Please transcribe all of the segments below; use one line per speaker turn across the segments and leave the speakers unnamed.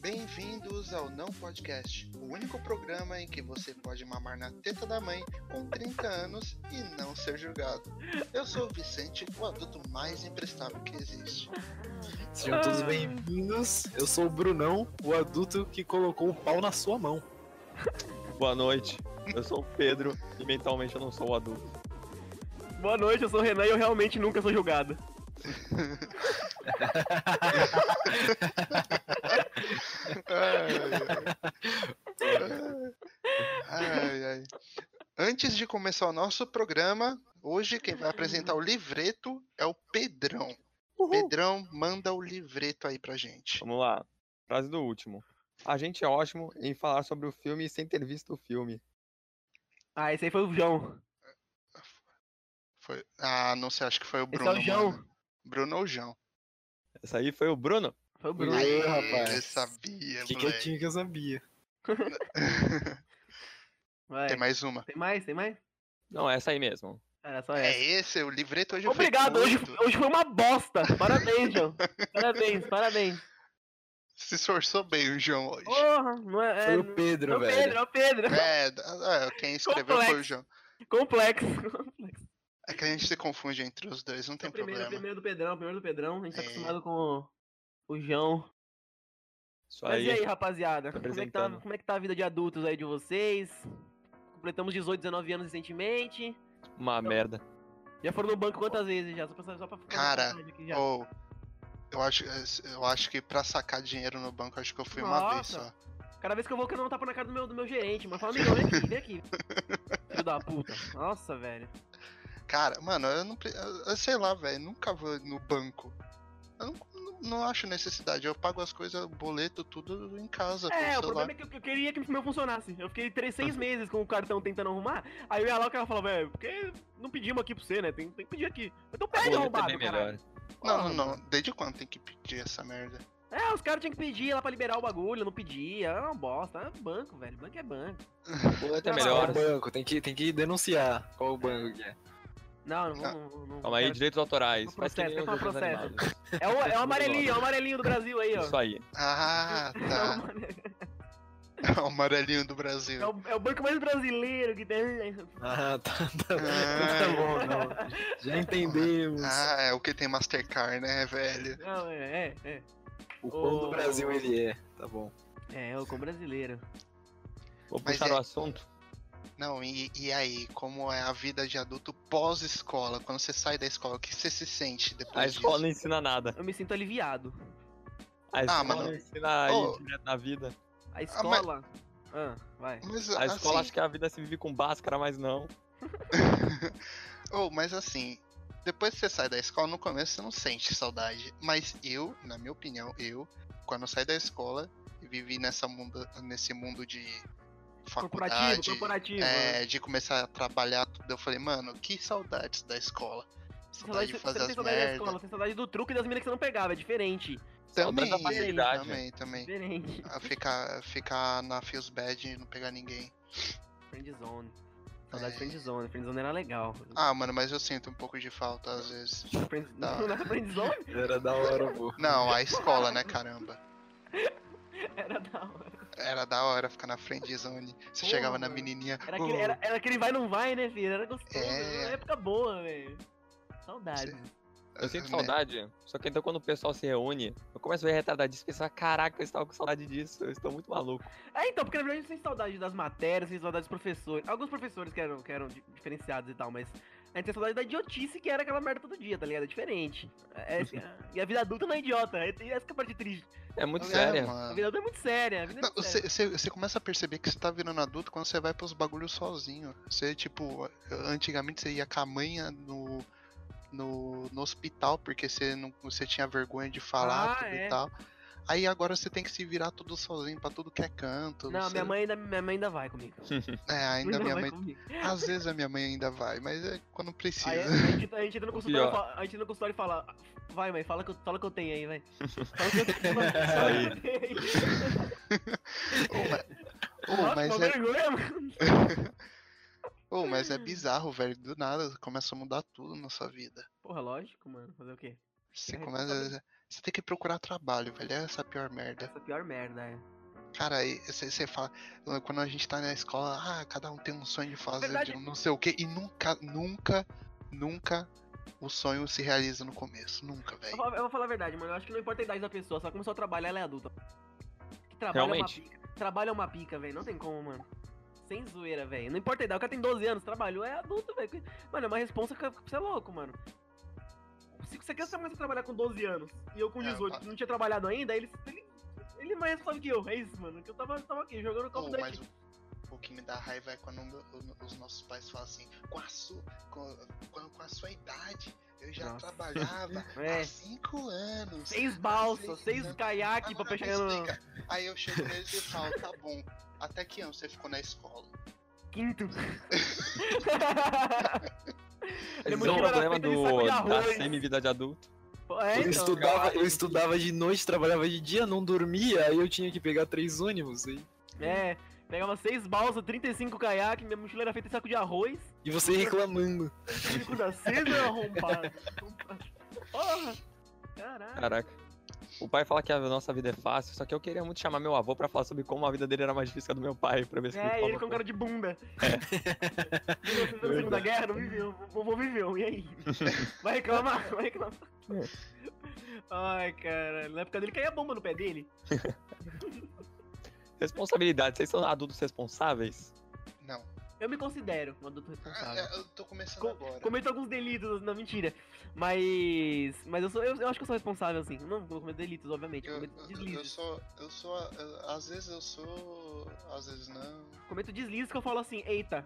Bem-vindos ao Não Podcast, o único programa em que você pode mamar na teta da mãe com 30 anos e não ser julgado. Eu sou o Vicente, o adulto mais imprestável que existe.
Sejam todos bem-vindos. Eu sou o Brunão, o adulto que colocou o pau na sua mão.
Boa noite, eu sou o Pedro e mentalmente eu não sou o adulto.
Boa noite, eu sou o Renan e eu realmente nunca sou julgado.
Ai, ai. Antes de começar o nosso programa, hoje quem vai apresentar o livreto é o Pedrão. Pedrão, manda o livreto aí pra gente.
Vamos lá, frase do último. A gente é ótimo em falar sobre o filme sem ter visto o filme.
Ah, esse aí foi o João.
Foi... Ah, não sei, acho que foi o
Esse
Bruno.
é o João.
mano. Bruno ou João?
Essa aí foi o Bruno.
Foi o Bruno.
Aê,
Ih,
rapaz.
Eu sabia,
Que
É, moleque.
quietinho que eu sabia.
Vai.
Tem mais uma.
Tem mais? Tem mais?
Não, essa aí mesmo.
Era só
É
essa.
esse, o livreto hoje
Obrigado,
foi
hoje,
curto.
hoje foi uma bosta. Parabéns, João. Parabéns, parabéns.
Se esforçou bem o João hoje.
Porra, não é.
Foi
é-
o Pedro,
é o
velho.
Pedro, é o Pedro.
É, é, quem escreveu foi o
Complexo.
João.
Complexo.
É que a gente se confunde entre os dois, não tem
É O primeiro, o
problema.
primeiro do Pedrão, o primeiro do Pedrão. A gente tá
É.
acostumado com o, o João.
Isso
Tá
Mas
aí.
e aí, rapaziada?
tá
Como é, que tá,
apresentando.
como é que tá a vida de adultos aí de vocês? Completamos 18, 19 anos recentemente.
Uma merda.
Tá Já foram no banco quantas vezes já? Só pra, só pra ficar
Cara,
na verdade aqui já.
Ou eu acho, é, eu acho que pra sacar dinheiro no banco, acho que eu fui uma vez
Nossa.
só.
Cada vez que eu vou, eu quero dar um tapa na cara do meu, do meu gerente, mano. Fala, amigão, vem aqui, vem aqui. Filho da puta. Nossa, velho.
Cara, mano, eu não. pre- Eu, eu sei lá, velho. Nunca vou no banco. Eu não, não- não acho necessidade. Eu pago as coisas, boleto, tudo em casa. pelo
É, o
celular.
problema é que eu, eu queria que meu funcionasse. Eu fiquei três, seis meses com o cartão tentando arrumar. Aí eu ia lá e o cara falava, velho, porque não pedimos aqui pra você, né? Tem, tem que pedir aqui. Então pede
Boleto é
arrombado,
bem
cara.
melhor.
Não, não, não. Desde quando tem que pedir essa merda?
É, os caras tinham que pedir lá pra liberar o bagulho, não pedia. É uma bosta. É banco, velho. Banco é banco.
Boleto é
Não,
Qual
melhor.
não,
banco? Tem que, tem que denunciar qual o banco que é.
Não, não vamos. não- não-
Calma aí,
quero-
direitos autorais.
Fala
Faz que nem
Tá. processo,
os
fala
outros
processo.
animais.
É o, é o amarelinho, é o amarelinho do Brasil aí, ó.
Isso aí.
Ah, tá. É o amarelinho do Brasil.
É o, é o banco mais brasileiro que tem.
Ah, tá, tá, tá
Ah,
bom, não. Já entendemos.
ah, é o que tem Mastercard, né, velho?
Não, é, é, é.
o pão
ô.
do Brasil ele é. Tá bom.
É, eu com brasileiro.
Vou
Mas
puxar
é-
o assunto.
Não, e, e aí, como é a vida de adulto pós-escola? Quando você sai da escola, o que você se sente depois
A escola
disso?
não ensina nada.
Eu me sinto aliviado.
Ah,
A escola
mano.
não ensina a
Ô.
ir direto na vida.
A escola. Ah, vai.
Mas,
A escola
assim,
acha que a vida se vive com báscara, mas não.
oh, mas assim, depois que você sai da escola, no começo você não sente saudade. Mas eu, na minha opinião, eu, quando eu saí da escola e vivi nessa mundo, nesse mundo de
Corporativo,
faculdade,
corporativo. né?
é, de começar a trabalhar tudo, eu falei, mano, que saudades da escola. Saudade de
Você
fazer
tem
as
saudade da escola,
merda.
você tem saudade do truque e das meninas que você não pegava, é diferente.
Saudade
Também,
da facilidade.
também, também.
Diferente.
A ficar, ficar na Feels Bad e não pegar ninguém.
Friend zone. Saudade
É.
de friend zone. Friend zone era legal.
Ah, mano, mas eu sinto um pouco de falta às vezes.
Friend...
tá.
Não era friend zone?
Era da hora, pô.
Não, a escola, né, caramba.
Era da hora.
Era da hora ficar na friendzone. Você
Porra,
chegava na
mano.
menininha.
Era aquele,
"Oh,
era, era aquele vai não vai, né, filho? Era gostoso,
É.
era uma época boa, velho. Saudade.
Eu sinto
né?"
saudade, só que então quando o pessoal se reúne, eu começo a ver retardadíssimo e pensar, "Ah, caraca, eu estava com saudade disso, eu estou muito maluco.
É, então, porque na verdade a gente tem saudade das matérias, tem saudade dos professores. Alguns professores que eram, que eram di- diferenciados e tal, mas a gente tem saudade da idiotice que era aquela merda todo dia, tá ligado? É diferente. É, é- e a vida adulta não é idiota, é, essa que é a parte triste.
É muito
É,
sério.
A
mano.
vida adulta é muito séria, a vida é
Não,
muito séria.
você- Você você começa a perceber que você tá virando adulto quando você vai pros bagulhos sozinho. Você, tipo, antigamente você ia com a mãe né, no, no, no hospital porque você, não, você tinha vergonha de falar
Ah,
tudo
é.
e tal. Aí agora você tem que se virar tudo sozinho pra tudo que é canto.
Não,
você-
minha mãe, ainda, minha mãe ainda vai comigo.
É, ainda minha
vai
mãe.
comigo.
Às vezes a minha mãe ainda vai, mas é quando precisa.
Aí, a, gente, a gente entra no consultório, e
pior.
fala- a gente entra no consultório e fala, vai mãe, fala que eu, fala que eu tenho aí, vai. Fala que eu tenho. Fala que eu tenho.
Ô, mas- ô,
Nossa,
mas
uma
é,
vergonha, mano.
ô, mas é bizarro, velho. Do nada começa a mudar tudo na sua vida.
Porra, lógico, mano. Fazer o quê?
Você
É,
começa. Você tem que procurar trabalho, velho. Essa é a pior merda.
Essa é a pior merda, é.
Cara, aí você fala. Quando a gente tá na escola, ah, cada um tem um sonho de fazer
Verdade.
de não sei o quê. E nunca, nunca, nunca o sonho se realiza no começo. Nunca,
Eu
velho.
vou, eu vou falar a verdade, mano. Eu acho que não importa a idade da pessoa, só começou a trabalhar, ela é adulta. Que trabalha é
Realmente.
uma pica. Trabalha é uma pica, velho. Não tem como, mano. Sem zoeira, velho. Não importa a idade, o cara tem 12 anos, trabalhou, é adulto, velho. Mano, é uma responsa que que você é louco, mano. Se você quer começar a trabalhar com 12 anos e eu com
É,
18,
eu-
que não tinha trabalhado ainda, ele, ele, ele é mais responsável que eu. É isso, mano. Que eu tava, tava aqui jogando Call
Ou,
of
mas
Duty.
o, o que me dá raiva é quando meu- o- os nossos pais falam assim, com a, su, com, com- com a sua idade, eu já
Nossa.
trabalhava
É.
há cinco anos.
Seis balsas,
Seis,
seis
né?
caiaque pra
Agora me
pegar no
explica. Aí eu chego neles e falo, tá bom, até que ano você ficou na escola?
quinto.
Esse
muito
é o problema
feito de saco
do,
de
da
arroz.
semi-vida de adulto.
Pô, é,
Eu
então.
estudava, eu estudava de noite, trabalhava de dia, não dormia, aí eu tinha que pegar três ônibus. E,
É, pegava seis balsas, 35 caiaque, minha mochila era feita de saco de arroz,
e você reclamando.
segunda cedo arrombado. Porra! Caralho.
Caraca. O pai fala que a nossa vida é fácil, só que eu queria muito chamar meu avô pra falar sobre como a vida dele era mais difícil que a do meu pai, pra ver se
É,
falava
ele com
coisa.
cara de bunda. Viveu a Segunda Guerra, não viveu. Vovô viveu, e aí? Vai reclamar, vai reclamar. Ai, caralho. Na época dele caía bomba no pé dele.
Responsabilidade, vocês são adultos responsáveis?
Não.
Eu me considero um adulto
Ah,
responsável.
eu tô começando
Co-
agora.
Cometo alguns delitos, não, mentira. Mas. Mas eu sou. Eu, eu acho que eu sou responsável, assim. Não, eu cometo delitos, obviamente. Eu
Eu,
cometo
eu, eu
deslizes.
sou. Eu sou. eu- às vezes eu sou. Às vezes não.
Cometo deslizes que eu falo assim, eita,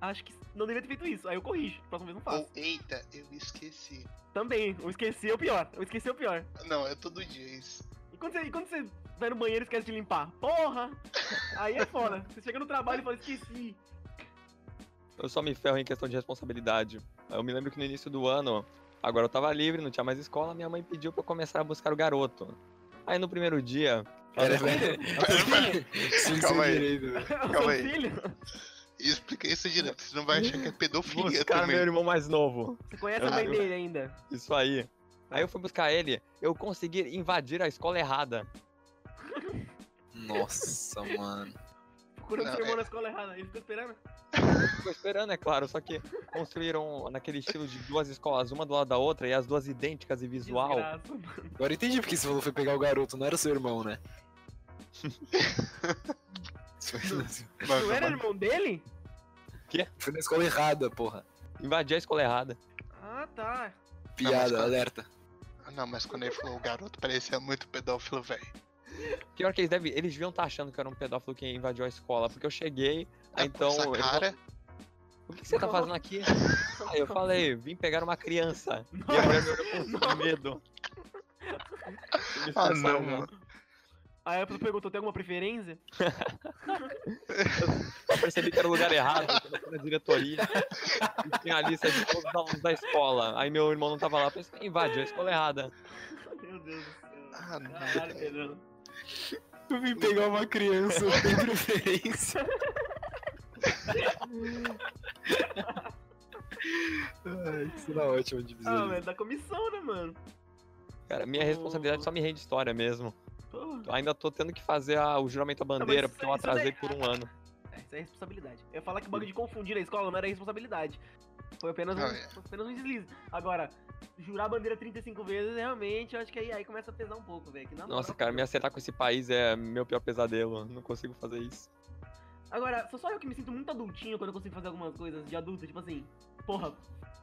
acho que não devia ter feito isso. Aí eu corrijo, próxima vez não faço.
Ou, eita, eu esqueci.
Também, eu esqueci é o pior. Eu esqueci é o pior.
Não, é todo dia isso.
E quando você, e quando você vai no banheiro e esquece de limpar? Porra! Aí é foda. Você chega no trabalho e fala, esqueci.
Eu só me ferro em questão de responsabilidade. Eu me lembro que no início do ano, agora eu tava livre, não tinha mais escola, minha mãe pediu pra eu começar a buscar o garoto. Aí no primeiro dia.
Era, né?
Calma
Sim,
aí.
direito, né?
O
Calma
seu
aí.
filho,
Explica isso direto, você não vai achar que é pedofilia
Buscar meu
também.
irmão mais novo.
você conhece a mãe dele ainda.
Isso aí. Aí eu fui buscar ele, eu consegui invadir a escola errada.
Nossa, mano.
Procurando
Não,
seu um irmão
é-
na escola errada. Ele ficou esperando.
Ficou esperando, é claro, só que construíram naquele estilo de duas escolas, uma do lado da outra, e as duas idênticas e visual.
Desgraça.
Agora eu entendi porque você falou que foi pegar o garoto, não era seu irmão, né? Isso foi-
Mas-
Tu era irmão dele?
Foi na escola errada, porra.
Invadir a escola errada.
Ah, tá.
mas
Piada,
cara-
alerta.
Ah, Não, mas quando ele falou o garoto, parecia muito pedófilo, velho.
Pior que eles devem. Eles deviam estar achando que eu era um pedófilo que invadiu a escola, porque eu cheguei,
É
Ah,
aí então.
Essa
eles
cara.
falaram, o que que você tá fazendo aqui? Aí eu falei, vim pegar uma criança. E a
é
mulher me olhou com medo. Me
Ah, não,
expulsaram, né?
mano.
Aí a pessoa perguntou, tem alguma preferência?
Eu percebi que era o lugar errado, que eu tava na diretoria. E tinha a lista de todos os alunos da escola. Aí meu irmão não tava lá, eu pensei, invadiu a escola é errada.
Meu Deus do céu.
Ah, não.
Caralho, Pedrão.
Eu vim pegar uma criança, eu tenho preferência. Ai, isso era ótimo de
Ah,
visualizar.
velho, da comissão, né, mano?
Cara, minha responsabilidade só me rende história mesmo.
Porra.
Eu ainda tô tendo que fazer a- o juramento à bandeira,
isso
porque eu
aí- isso
atrasei
daí-
por um ano.
É, isso é responsabilidade. Eu ia falar que o bagulho de confundir a escola não era responsabilidade. Foi apenas um,
Ah, é.
foi apenas um deslize. Agora, jurar a bandeira 35 vezes, realmente, eu acho que aí, aí começa a pesar um pouco, velho. que na moral-
Nossa, cara, me acertar com esse país é meu pior pesadelo. Não consigo fazer isso.
Agora, sou só eu que me sinto muito adultinho quando eu consigo fazer algumas coisas de adulto, tipo assim, porra,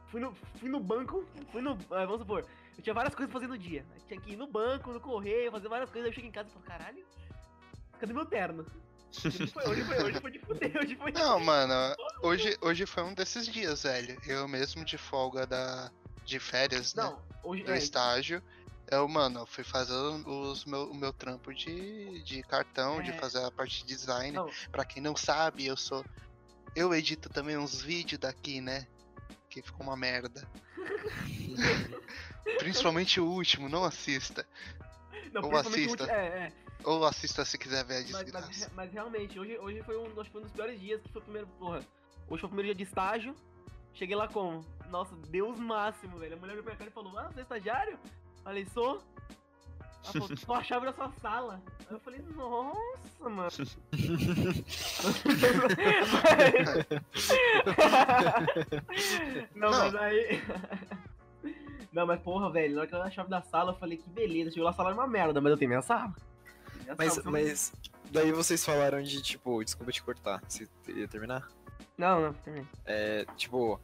fui no, fui no banco, fui no. ah, Vamos supor, eu tinha várias coisas pra fazer no dia. Eu tinha que ir no banco, no correio, fazer várias coisas, aí eu chego em casa e falo, caralho, cadê meu terno? Hoje foi, hoje foi, hoje foi de fuder, hoje foi de
Não, mano, hoje, hoje foi um desses dias, velho. Eu mesmo de folga da. de férias, né?
Não, hoje.
Do
é,
estágio. Eu, mano, eu fui fazer os meu, o meu trampo de, de cartão, de
É.
fazer a parte de design.
não,
Pra quem não sabe, eu sou. Eu edito também uns vídeos daqui, né? Que ficou uma merda. Principalmente o último, não assista.
não,
Ou
principalmente o
assista.
último- É, é.
Ou assista se quiser ver a
Mas, mas-
desgraça.
mas realmente, hoje, hoje foi um, acho que foi um dos piores dias, que foi o primeiro, porra. Hoje foi o primeiro dia de estágio. Cheguei lá como? Nossa, Deus máximo, velho. A mulher me pra cara e falou, ah, você é estagiário? Falei, sou. Ela falou, pô, a chave da sua sala. Aí eu falei, nossa, mano. não, mas aí. Não, mas porra, velho, na hora que ela deu a chave da sala, eu falei, que beleza, chegou lá, a sala era uma merda, mas eu tenho minha sala. Minha
Mas,
sala, um eu-
mas daí vocês falaram de, tipo, desculpa te cortar, você ia terminar?
Não, não, terminei.
É, tipo,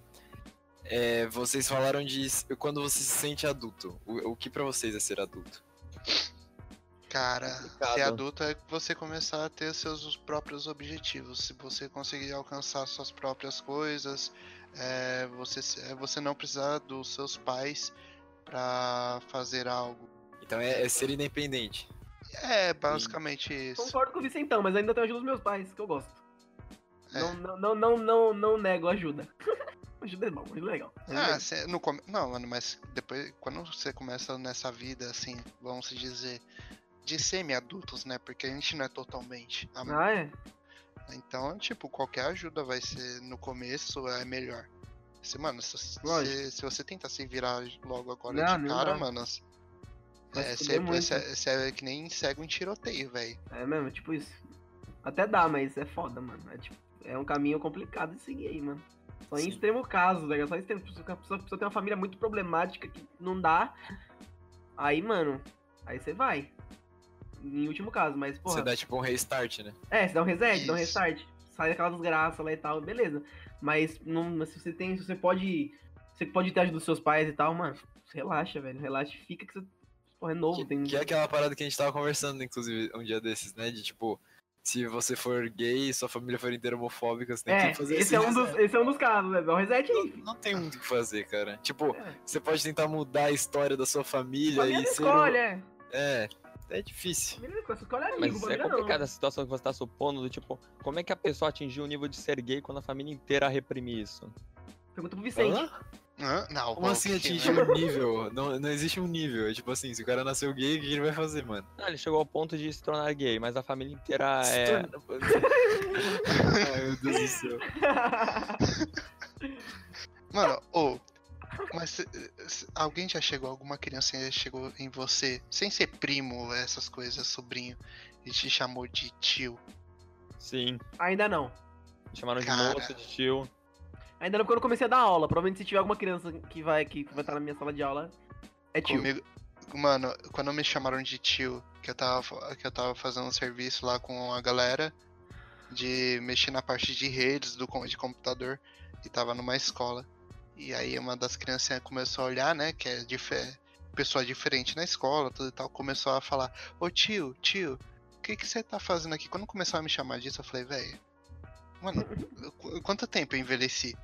é, vocês falaram de s- quando você se sente adulto. O, o que pra vocês é ser adulto?
Cara,
Complicado.
ser adulto é você começar a ter seus próprios objetivos. Se você conseguir alcançar suas próprias coisas, é, você, se- é, você não precisar dos seus pais pra fazer algo.
Então é, é ser independente.
É basicamente isso.
Concordo com o Vicentão, mas ainda tenho ajuda dos meus pais, que eu gosto.
É.
Não, não, não, não, não, não nego ajuda. ajuda é bom, ajuda é legal.
Ah, cê- no come- Não, mano, mas depois, quando você começa nessa vida, assim, vamos se dizer, de semi-adultos, né? Porque a gente não é totalmente. a-
Ah, é?
Então, tipo, qualquer ajuda vai ser no começo, é melhor. Se, mano, se, se-
Lógico.
se você tentar se virar logo agora
Não,
de
não
cara,
dá.
mano.
Vai se
É,
fuder muito.
você é, cê é que nem cego em tiroteio, velho.
É mesmo, tipo isso. Até dá, mas é foda, mano. É, tipo, é um caminho complicado de seguir aí, mano. Só em
Sim.
extremo caso, né? Só em extremo. A pessoa, a pessoa tem uma família muito problemática que não dá. Aí, mano, aí você vai. Em último caso, mas, porra.
Você dá tipo um restart, né?
É, você dá um reset, dá um
Isso.
restart. Sai daquela desgraça lá e tal, beleza. Mas não, mas se você tem, se você pode. Você pode ter a ajuda dos seus pais e tal, mano. Relaxa, velho. Relaxa, fica que você. Porra, é novo.
Que,
tem...
que é aquela parada que a gente tava conversando, inclusive, um dia desses, né? De tipo, se você for gay e sua família for inteira homofóbica, você tem
É,
que fazer
esse, é um dos,
reset.
esse é um dos casos, né? Dá um reset
Não,
aí.
não tem muito o que fazer, cara. Tipo,
É.
você pode tentar mudar a história da sua família
Família
e
não
ser. um-
escolhe, é.
É, é difícil.
Família não escolhe, você escolhe amigo,
Mas é
família não.
complicada a situação que você tá supondo, do tipo, como é que a pessoa atingiu o nível de ser gay quando a família inteira reprime isso?
Pergunta pro Vicente.
Hã?
Hã? Não,
Como
o
assim
que,
atingir
né?
um nível? Não, não existe um nível. É tipo assim, se o cara nasceu gay, o que ele vai fazer, mano?
Ah, ele chegou ao ponto de se tornar gay, mas a família inteira
Se
é.
torna- Ai, meu Deus do céu.
Mano, ô. Mas cê- cê- alguém já chegou, alguma criança já chegou em você, sem ser primo, essas coisas, sobrinho, e te chamou de tio?
Sim.
Ainda não.
Me chamaram de
Cara.
moço, de tio.
Ainda não, porque eu não comecei a dar aula. Provavelmente se tiver alguma criança que vai, que vai estar na minha sala de aula, é tio.
Comigo. Mano, quando me chamaram de tio, que eu tava, fa- que eu tava fazendo um serviço lá com a galera de mexer na parte de redes do, com- de computador e tava numa escola. E aí uma das criancinhas começou a olhar, né? Que é dife- pessoa diferente na escola, tudo e tal, começou a falar, ô tio, tio, o que que você tá fazendo aqui? Quando começou a me chamar disso, eu falei, velho. Mano, qu- quanto tempo eu envelheci?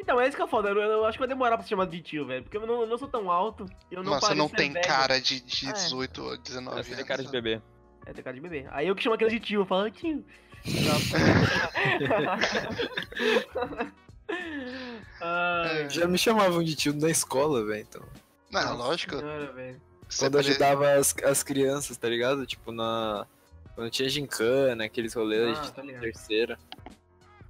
Então, é isso que eu falo, eu, eu acho que vai demorar pra ser chamado de tio, velho. Porque eu não, eu não sou tão alto, eu não
Nossa, eu
pareço
não
ser
tem
velho.
cara de
É.
18 ou 19
Você tem
anos. né?
cara de bebê.
É, tem cara de bebê. Aí eu que chamo aquele de tio, eu falo, "Ô, tio. Ai,
Já me chamavam de tio na escola, velho. Então.
Não,
nossa
É, lógico.
senhora, velho.
Você
Quando eu
pode-
ajudava as, as crianças, tá ligado? Tipo, na. Quando tinha gincana, aqueles rolês
Ah,
de
tá ligado.
terceira.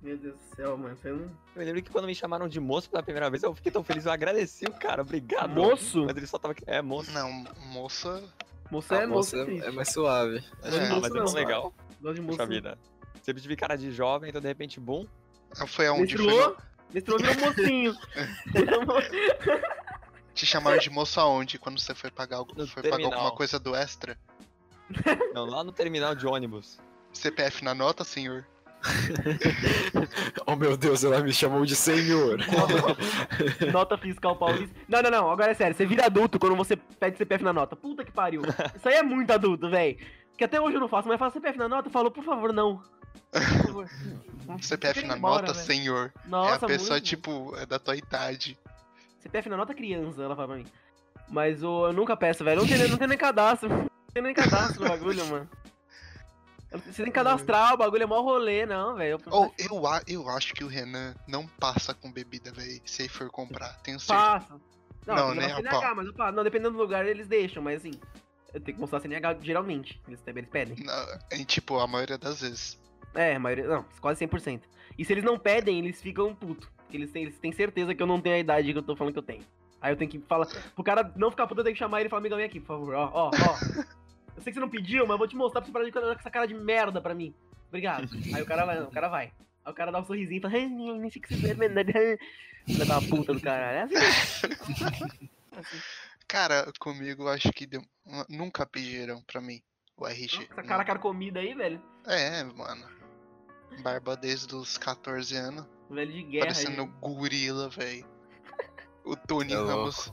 Meu Deus do céu, mano. Foi um.
Eu me lembro que quando me chamaram de moço pela primeira vez, eu fiquei tão feliz, eu agradeci o cara, obrigado.
Moço?
Mas ele só tava. É, moço.
Não, moça.
Moça
Ah,
é
A moça
moça. É,
é,
triste.
é mais suave.
É,
Ah,
moço
mas é
não,
tão
cara.
legal.
Gosto de moça.
Puxa vida. Sempre tive cara de jovem, então de repente, bum.
Foi aonde? Foi
Mestrou,
no-
mestrou virou mocinho. Virou mo-
Te chamaram de moço aonde? Quando você foi pagar, algo-
No
foi pagar alguma
terminal.
coisa do extra?
Não, lá no terminal de ônibus.
CPF na nota, senhor?
Oh meu Deus, ela me chamou de senhor.
nota fiscal paulista. Não, não, não. Agora é sério. Você vira adulto quando você pede CPF na nota. Puta que pariu. Isso aí é muito adulto, velho. Que até hoje eu não faço, mas eu faço CPF na nota e falo, por favor, não. Por favor.
CPF
Quero ir
na
embora,
nota,
velho.
senhor.
Nossa,
é a pessoa,
muito.
tipo, é da tua idade.
CPF na nota é criança, ela fala pra mim. Mas ô, eu nunca peço, velho. Eu Não tem, nem- não tem nem cadastro. Não tem nem cadastro no bagulho, mano. Eu não- Você tem que cadastrar, o bagulho é mó rolê, não, velho. Eu-
Ou eu, a- eu acho que o Renan não passa com bebida, velho, se ele for comprar. Tenho certeza.
Passa. Não,
Não,
não
né,
né,
opa.
CNH, mas opa, não, dependendo do lugar eles deixam, mas assim, eu tenho que mostrar CNH geralmente. Eles também eles pedem.
Na- e, tipo, a maioria das vezes.
É, a maioria, não, quase 100%. E se eles não pedem, eles ficam puto. Porque eles têm, eles têm certeza que eu não tenho a idade que eu tô falando que eu tenho. Aí eu tenho que falar. Pro cara não ficar puto, eu tenho que chamar ele e falar, amigão, vem aqui, por favor. Ó, ó, ó. Eu sei que você não pediu, mas eu vou te mostrar pra você parar de ficar olhando com essa cara de merda pra mim. Obrigado. Aí o cara vai, o cara vai. Aí o cara dá um sorrisinho e fala, ai, nem nem fica se vermelho. Filha da puta do caralho. É assim.
Cara, comigo acho que deu- nunca pediram pra mim o RG.
Essa cara, cara comida aí, velho.
É, mano. Barba desde os 14 anos.
Velho
Tá
de guerra.
parecendo gorila, velho. O Tony
É
Ramos.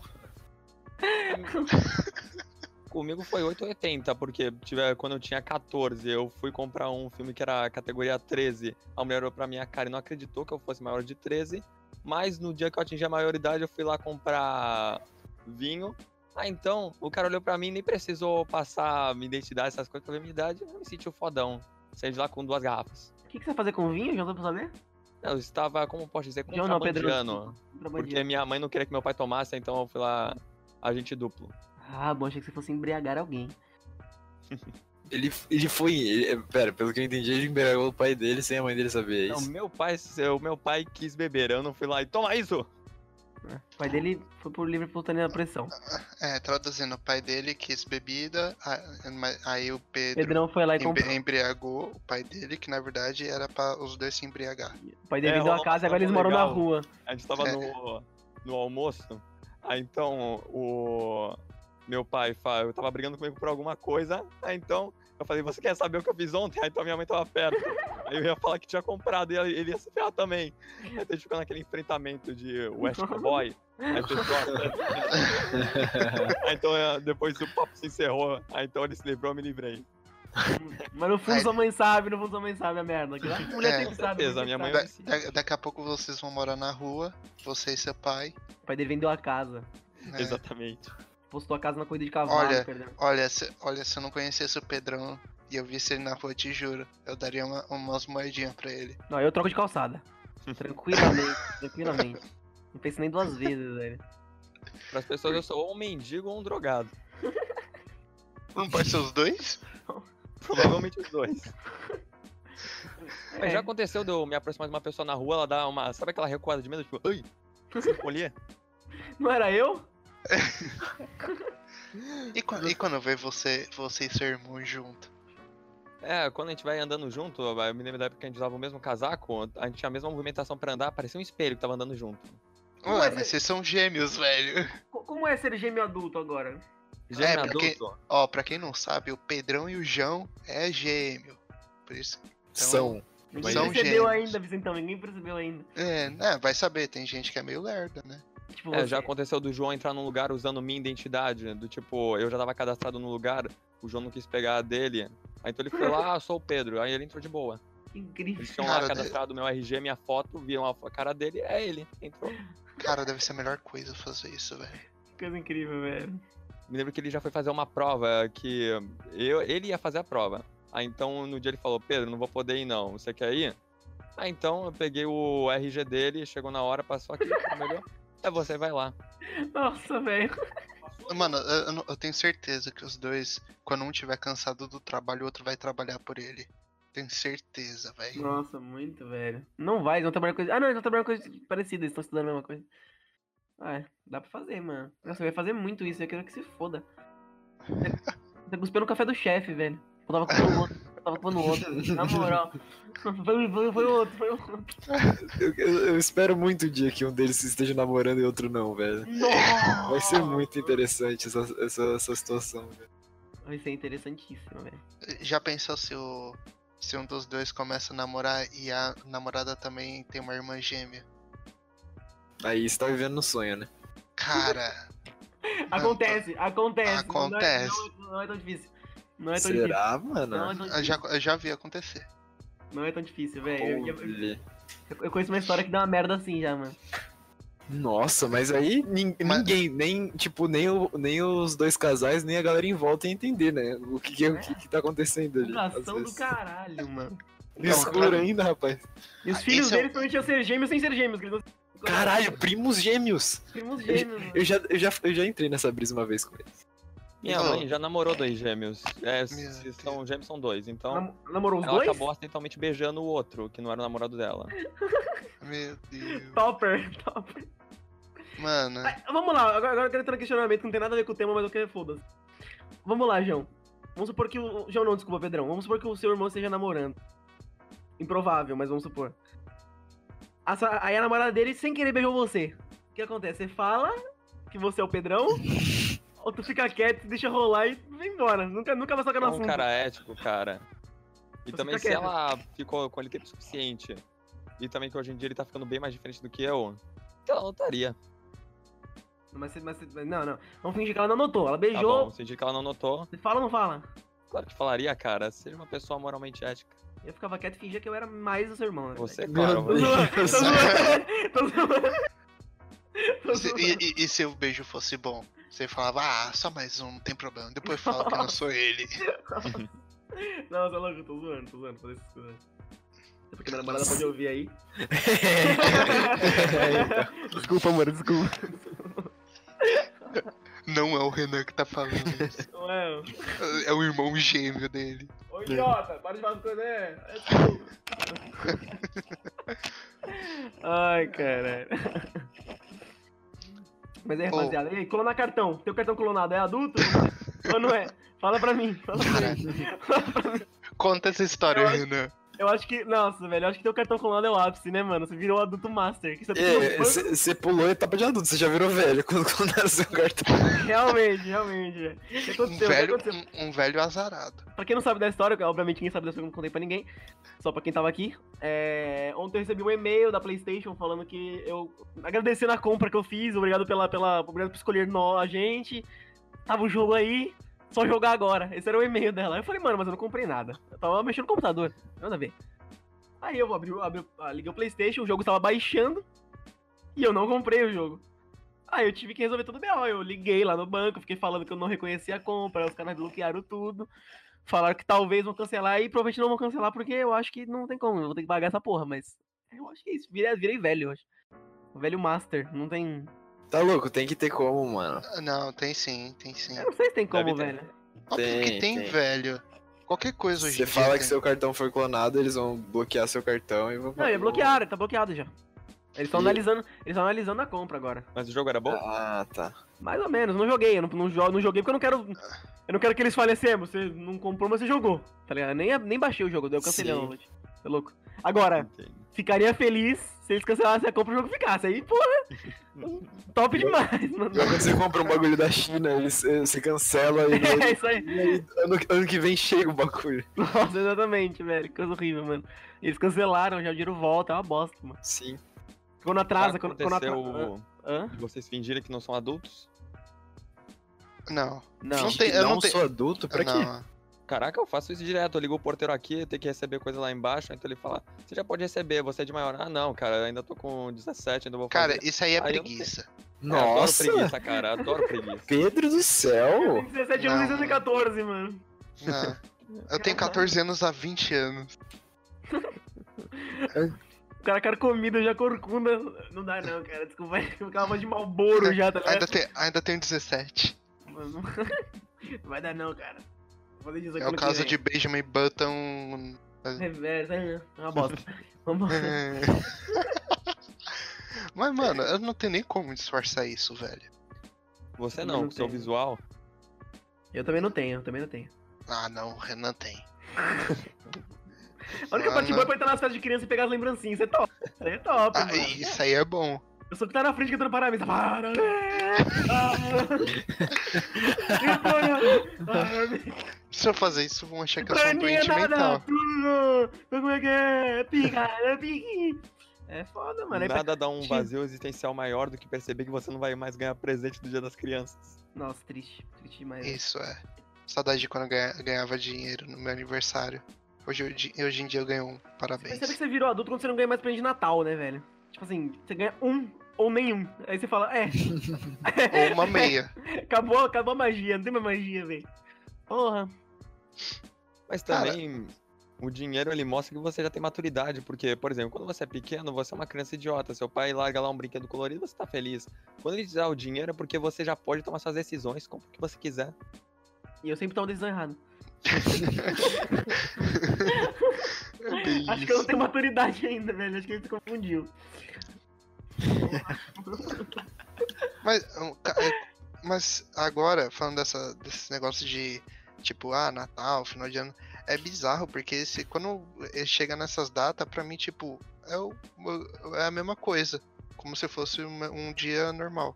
Comigo foi 880, porque tiver, quando eu tinha 14, eu fui comprar um filme que era categoria 13. A mulher olhou pra minha cara e não acreditou que eu fosse maior de 13. Mas no dia que eu atingi a maioridade, eu fui lá comprar vinho. Ah, então, o cara olhou pra mim, nem precisou passar minha identidade, essas coisas, pra ver minha idade. Eu me senti um fodão. Saí de lá com duas garrafas.
O que, que você vai fazer com vinho? Já deu pra saber?
Eu estava, como posso dizer,
João não, Pedro.
contrabandeando. Tá Porque
Contrabandeando.
minha mãe não queria que meu pai tomasse, então eu fui lá agente duplo.
Ah, bom, achei que você fosse embriagar alguém.
Ele, ele foi. ele- é, pera, pelo que eu entendi, ele embriagou o pai dele sem a mãe dele saber. É
Não,
isso?
meu pai, o meu pai quis beber, eu não fui lá e toma isso!
O pai dele foi por livre e espontânea pressão.
É, traduzindo, o pai dele quis bebida, a- mas aí o Pedro
Pedrão foi lá e
embri-
comprou.
embriagou o pai dele, que na verdade era pra os dois se embriagar.
O pai dele
É,
deu a
rolou
casa e
uma
agora eles
troca
moram na
legal.
rua.
A gente
É.
tava no, no almoço, aí então o meu pai fa- eu tava brigando comigo por alguma coisa, aí então eu falei, você quer saber o que eu fiz ontem? Aí então minha mãe tava perto. aí eu ia falar que tinha comprado e ele ia se ferrar também. Aí a gente ficou naquele enfrentamento de West Cowboy. Aí, fechou a- aí então eh, depois o papo se encerrou, aí então ele se livrou, eu me livrei.
Mas no fundo
Aí-
sua mãe sabe, no fundo sua mãe sabe a merda. Que lá, mulher
É,
sempre
com
sabe.
certeza,
sempre
minha mãe-
sabe.
Da- da- daqui a pouco vocês vão morar na rua, você e seu pai.
O pai dele vendeu a casa.
É.
né?
Exatamente.
Postou a casa na corrida de cavalo,
Olha,
perdão.
Olha, se, olha, se eu não conhecesse o Pedrão e eu visse ele na rua, te juro, eu daria uma- umas moedinhas pra ele.
Não, eu troco de calçada. Tranquilamente, tranquilamente. Não penso nem duas vezes, velho.
Para as pessoas eu sou ou um mendigo ou um drogado.
Não pode ser os dois?
Provavelmente os dois. Mas
É.
já aconteceu de eu me aproximar de uma pessoa na rua, ela dá uma. Sabe aquela recuada de medo? Tipo, ai, se colher?
Não era eu?
E, quan- e quando vê você, você e seu irmão junto?
É, quando a gente vai andando junto, eu me lembro da época que a gente usava o mesmo casaco, a gente tinha a mesma movimentação pra andar, parecia um espelho que tava andando junto.
Ué,
Ué,
você-
mas vocês são gêmeos, velho.
Co- Como é ser gêmeo adulto agora?
Já era
É, porque-
adulto.
Ó, pra quem não sabe, o Pedrão e o João é gêmeo. Por isso. então-
São.
Ninguém
Mas- é um
São
percebeu
gêmeos.
ainda, Vicentão, ninguém percebeu ainda.
É, né, vai saber, tem gente que é meio lerda, né?
Tipo,
É,
você-
já aconteceu do João entrar num lugar usando minha identidade, do tipo, eu já tava cadastrado no lugar, o João não quis pegar a dele. Aí então ele foi lá, ah, sou o Pedro. Aí ele entrou de boa.
que incrível.
Eles tinham lá
Cara,
cadastrado meu RG, minha foto, viram a fo- cara dele, é ele, entrou.
Cara, deve ser a melhor coisa fazer isso, velho.
Que Coisa incrível, velho.
Me lembro que ele já foi fazer uma prova que eu, ele ia fazer a prova. Aí então no dia ele falou: Pedro, não vou poder ir não, você quer ir? Ah, então eu peguei o RG dele, chegou na hora, passou aqui, melhor. É você, vai lá.
Nossa, velho.
Mano, eu, eu não- eu tenho certeza que os dois, quando um tiver cansado do trabalho, o outro vai trabalhar por ele. Tenho certeza, velho.
Nossa, muito, velho. Não vai, eles vão trabalhar coisa. Ah, não, eles vão trabalhar coisa parecida, eles estão estudando a mesma coisa. Ah, é, dá pra fazer, mano. Nossa, vai fazer muito isso, eu quero que se foda. Você- Você cuspiu no café do chefe, velho. Eu tava com o outro, eu tava com o outro. Na moral. Foi, foi, foi o outro, foi o outro.
Eu, eu- eu espero muito o dia que um deles esteja namorando e outro não, velho.
Nossa!
Vai ser muito interessante essa, essa, essa situação, velho.
Vai ser interessantíssimo, velho.
Já pensou se o. Se um dos dois começa a namorar e a namorada também tem uma irmã gêmea?
Aí você tá vivendo no sonho, né?
Cara,
Acontece, acontece.
Acontece.
Não é, não é- não é tão difícil. Não é tão difícil.
Será, né?
Não é
mano?
tão
eu
difícil,
já, eu já vi acontecer.
não é tão difícil, velho. Eu- eu-
Olha.
eu- eu conheço uma história que deu uma merda assim já, mano.
Nossa, mas aí nin-
Mas-
ninguém, nem, tipo, nem, o- nem os dois casais, nem a galera em volta ia entender, né? O que, que, é- o que, que tá acontecendo ali. às
Fundação do
vezes.
caralho, mano.
No escuro
Então,
ainda, rapaz.
E os
Ah,
filhos
esse é o-
deles prometiam ser gêmeos sem ser gêmeos, que eles não
Caralho, primos gêmeos!
primos gêmeos, mano.
Eu já, eu já, eu já entrei nessa brisa uma vez com ele.
Minha
Então-
mãe já namorou dois gêmeos. É,
Meu
se são gêmeos, são dois. Então
Nam- Namorou os
ela
dois?
acabou acidentalmente beijando o outro, que não era o namorado dela.
Meu Deus.
Topper, topper.
Mano,
Ah, Vamos lá, agora, agora eu quero entrar no questionamento que não tem nada a ver com o tema, mas eu quero foda-se. Vamos lá, João. Vamos supor que o. João não, desculpa, Pedrão. Vamos supor que o seu irmão esteja namorando. Improvável, mas vamos supor. A sua- Aí a namorada dele sem querer beijou você. O que acontece? Você fala que você é o Pedrão, ou tu fica quieto, deixa rolar e vai embora. Nunca, nunca vai tocar no
É um
assunto.
cara ético, cara. E
Você
também
fica
se
quieto.
ela ficou com ele tempo suficiente. E também que hoje em dia ele tá ficando bem mais diferente do que eu. Então ela notaria.
Mas, você- mas você- não, não. Vamos fingir que ela não notou. Ela
Tá
beijou.
bom, se que ela não notou,
você fala ou não fala?
claro que falaria, cara. Seja uma pessoa moralmente ética.
Eu ficava quieto e fingia que eu era mais o seu irmão. né?
Você, é
Meu
claro.
Tô
Deus.
zoando, tô zoando. Tô zoando. Tô
se-
zoando.
e, e- e se o beijo fosse bom? Você falava, ah, só mais um, não tem problema. Depois fala que não sou ele.
Não, tá louco, eu tô zoando, tô zoando, fazer essas coisas. É porque minha namorada pode ouvir aí.
Desculpa, amor, desculpa.
Não é o Renan que tá falando isso.
Não é?
É o irmão gêmeo dele.
Ô idiota, para de falar coisa, né? Ai, caralho. Mas aí,
Ô.
rapaziada, e aí, clonar cartão. Teu cartão clonado é adulto? ou não é? Fala pra mim, fala pra mim.
Conta essa história,
Eu acho-
Renan.
Eu acho que. Nossa, velho, eu acho que teu cartão clonado é o ápice, né, mano? Você virou um adulto master. Que
É,
você tem um-
Você pulou a etapa de adulto, você já virou velho quando clonaram seu cartão.
Realmente, realmente, velho. O que
Um
aconteceu? O que
velho,
aconteceu?
um, um velho azarado.
Pra quem não sabe da história, obviamente quem sabe da história eu não contei pra ninguém, só pra quem tava aqui. é, Ontem eu recebi um e-mail da PlayStation falando que eu. agradecendo a compra que eu fiz, obrigado, pela, pela, obrigado por escolher nó, a gente. Tava o jogo aí, só jogar agora. Esse era o e-mail dela. Eu falei, mano, mas eu não comprei nada. Eu tava mexendo no computador, nada a ver. Aí eu abri, o- abri, o- ah, liguei o PlayStation, o jogo tava baixando e eu não comprei o jogo. Aí eu tive que resolver tudo bem, ó. Eu liguei lá no banco, fiquei falando que eu não reconhecia a compra, os caras bloquearam tudo falaram que talvez vão cancelar e provavelmente não vão cancelar porque eu acho que não tem como, eu vou ter que pagar essa porra, mas eu acho que é isso, virei, virei velho hoje. Velho master, não tem.
Tá louco, tem que ter como, mano.
Ah, Não, tem sim, tem sim.
Eu não sei se tem como,
Deve ter.
velho.
Óbvio que
Tem,
tem,
tem.
velho. Qualquer coisa hoje em
Você
dia
fala que
tem.
seu cartão foi clonado, eles vão bloquear seu cartão e vão.
Não, ele bloquearam, ele tá bloqueado já. Eles estão
E-
analisando, eles estão analisando a compra agora.
Mas o jogo era bom?
Ah, tá.
Mais ou menos, não joguei, eu não, não, jo- não joguei porque eu não quero. Eu não quero que eles falecemos. Você não comprou, mas você jogou. Tá ligado? Eu nem, nem baixei o jogo, eu cancelei
Sim.
ontem. Tá louco?
É,
Agora,
Entendi.
ficaria feliz se eles cancelassem a compra e o jogo ficasse. Aí, porra! top demais, mano.
Igual Quando você compra um bagulho da China, eles- eh, você cancela e.
É isso aí.
e aí, ano, ano que vem chega o bagulho.
Nossa, exatamente, velho. que Coisa horrível, mano. Eles cancelaram, já o dinheiro volta, é uma bosta, mano.
Sim.
Quando atrasa,
Já
quando, quando atrasa.
aconteceu
Hã?
de vocês fingirem que não são adultos?
Não.
Não.
Não tem- eu não tenho-
sou adulto, pra quê?
não.
Caraca, eu faço isso direto. Eu ligo o porteiro aqui, tem que receber coisa lá embaixo. Então ele fala: Você já pode receber, você é de maior. Ah, não, cara, eu ainda tô com 17, ainda vou fazer.
Cara, isso aí é
eu não
preguiça.
Eu adoro
É,
Nossa,
preguiça, cara. eu Adoro preguiça.
Pedro do
Eu
céu!
tenho 17 anos
Não,
e 2014, mano.
Não. Eu tenho 14 anos há 20 anos.
O cara quer comida, já corcunda. Não dá não, cara. Desculpa, eu ficava de malboro já, tá
Ainda,
ligado?
te- ainda tenho 17.
Mano, Não vai dar não, cara. Vou fazer 18
É o
ano que
caso
vem.
de Benjamin Button.
Reverso, é é uma bosta. Vamos
É. Mas, mano, eu não tenho nem como disfarçar isso, velho.
Você
Eu
não,
não
com seu
tenho.
visual.
Eu também não tenho, eu também não tenho.
Ah, não, o Renan tem.
A única
Ah,
parte
não.
boa é pra entrar nas festas de criança e pegar as lembrancinhas. Isso é top. Isso aí é top,
Ah,
mano.
isso aí é bom.
Eu sou o que tá na frente cantando parabéns. Parabéns! Parabéns!
Se eu fazer isso, vão achar que eu sou um
Praninha
doente mental.
é nada! Tudo! Como é que é? Picara, piqui! É foda, mano. Aí
Nada dá um
Sim.
vazio existencial maior do que perceber que você não vai mais ganhar presente do dia das crianças.
pra- Nossa, triste. Triste demais.
Isso é. Saudade de quando eu ganha- ganhava dinheiro no meu aniversário. Hoje, eu di- hoje em dia eu ganho um.
Você
Parabéns.
percebe que você virou adulto quando você não ganha mais presente de Natal, né, velho? Tipo assim, você ganha um ou nenhum. Aí você fala, é,
Ou uma meia.
acabou, acabou a magia, não tem mais magia, velho. Porra.
Mas
Cara.
também, o dinheiro ele mostra que você já tem maturidade. Porque, por exemplo, quando você é pequeno, você é uma criança idiota. Seu pai larga lá um brinquedo colorido, você tá feliz. Quando ele te dá o dinheiro, é porque você já pode tomar suas decisões, compra o que você quiser.
E eu sempre tomo decisão errada.
É bem
Acho que eu não
isso.
tenho maturidade ainda, velho. Acho que ele se confundiu.
Mas, um, ca- é, mas agora, falando dessa, desse negócio de tipo, ah, Natal, final de ano, é bizarro, porque esse, quando eh, chega nessas datas, pra mim, tipo, é, o- o- é a mesma coisa. Como se fosse uma- um dia normal.